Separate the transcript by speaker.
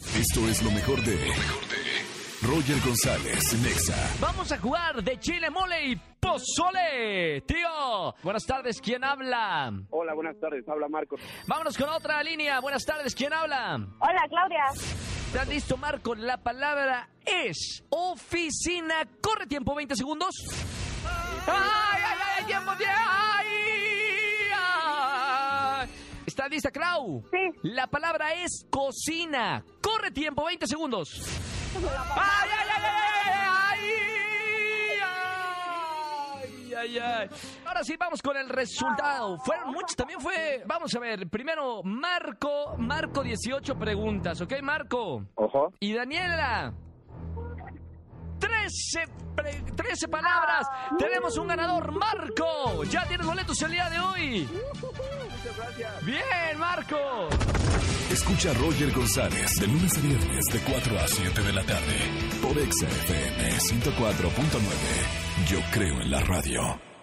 Speaker 1: Esto es lo mejor de Roger González, Nexa.
Speaker 2: Vamos a jugar de chile mole y pozole, tío. Buenas tardes, ¿quién habla?
Speaker 3: Hola, buenas tardes, habla Marco.
Speaker 2: Vámonos con otra línea. Buenas tardes, ¿quién habla?
Speaker 4: Hola, Claudia.
Speaker 2: ¿Estás listo, Marco? La palabra es oficina. Corre tiempo, 20 segundos. ¡Ay, ay, ay! ¡Tiempo, tiempo! ¡Ay! ay! ¿Estás lista, Clau?
Speaker 4: Sí.
Speaker 2: La palabra es cocina. Corre tiempo, 20 segundos. ¡Ay, ay, ay, ay, ay! ¡Ay, ay, ay! Ahora sí, vamos con el resultado. Fueron muchos, también fue... Vamos a ver, primero Marco, Marco 18 preguntas, ¿ok, Marco?
Speaker 3: Ojo.
Speaker 2: Y Daniela, 13, pre- 13 palabras. Tenemos un ganador, Marco. Ya tienes boletos el día de hoy. Bien, Marco.
Speaker 1: Escucha a Roger González de lunes a viernes de 4 a 7 de la tarde por Exa FM 104.9. Yo creo en la radio.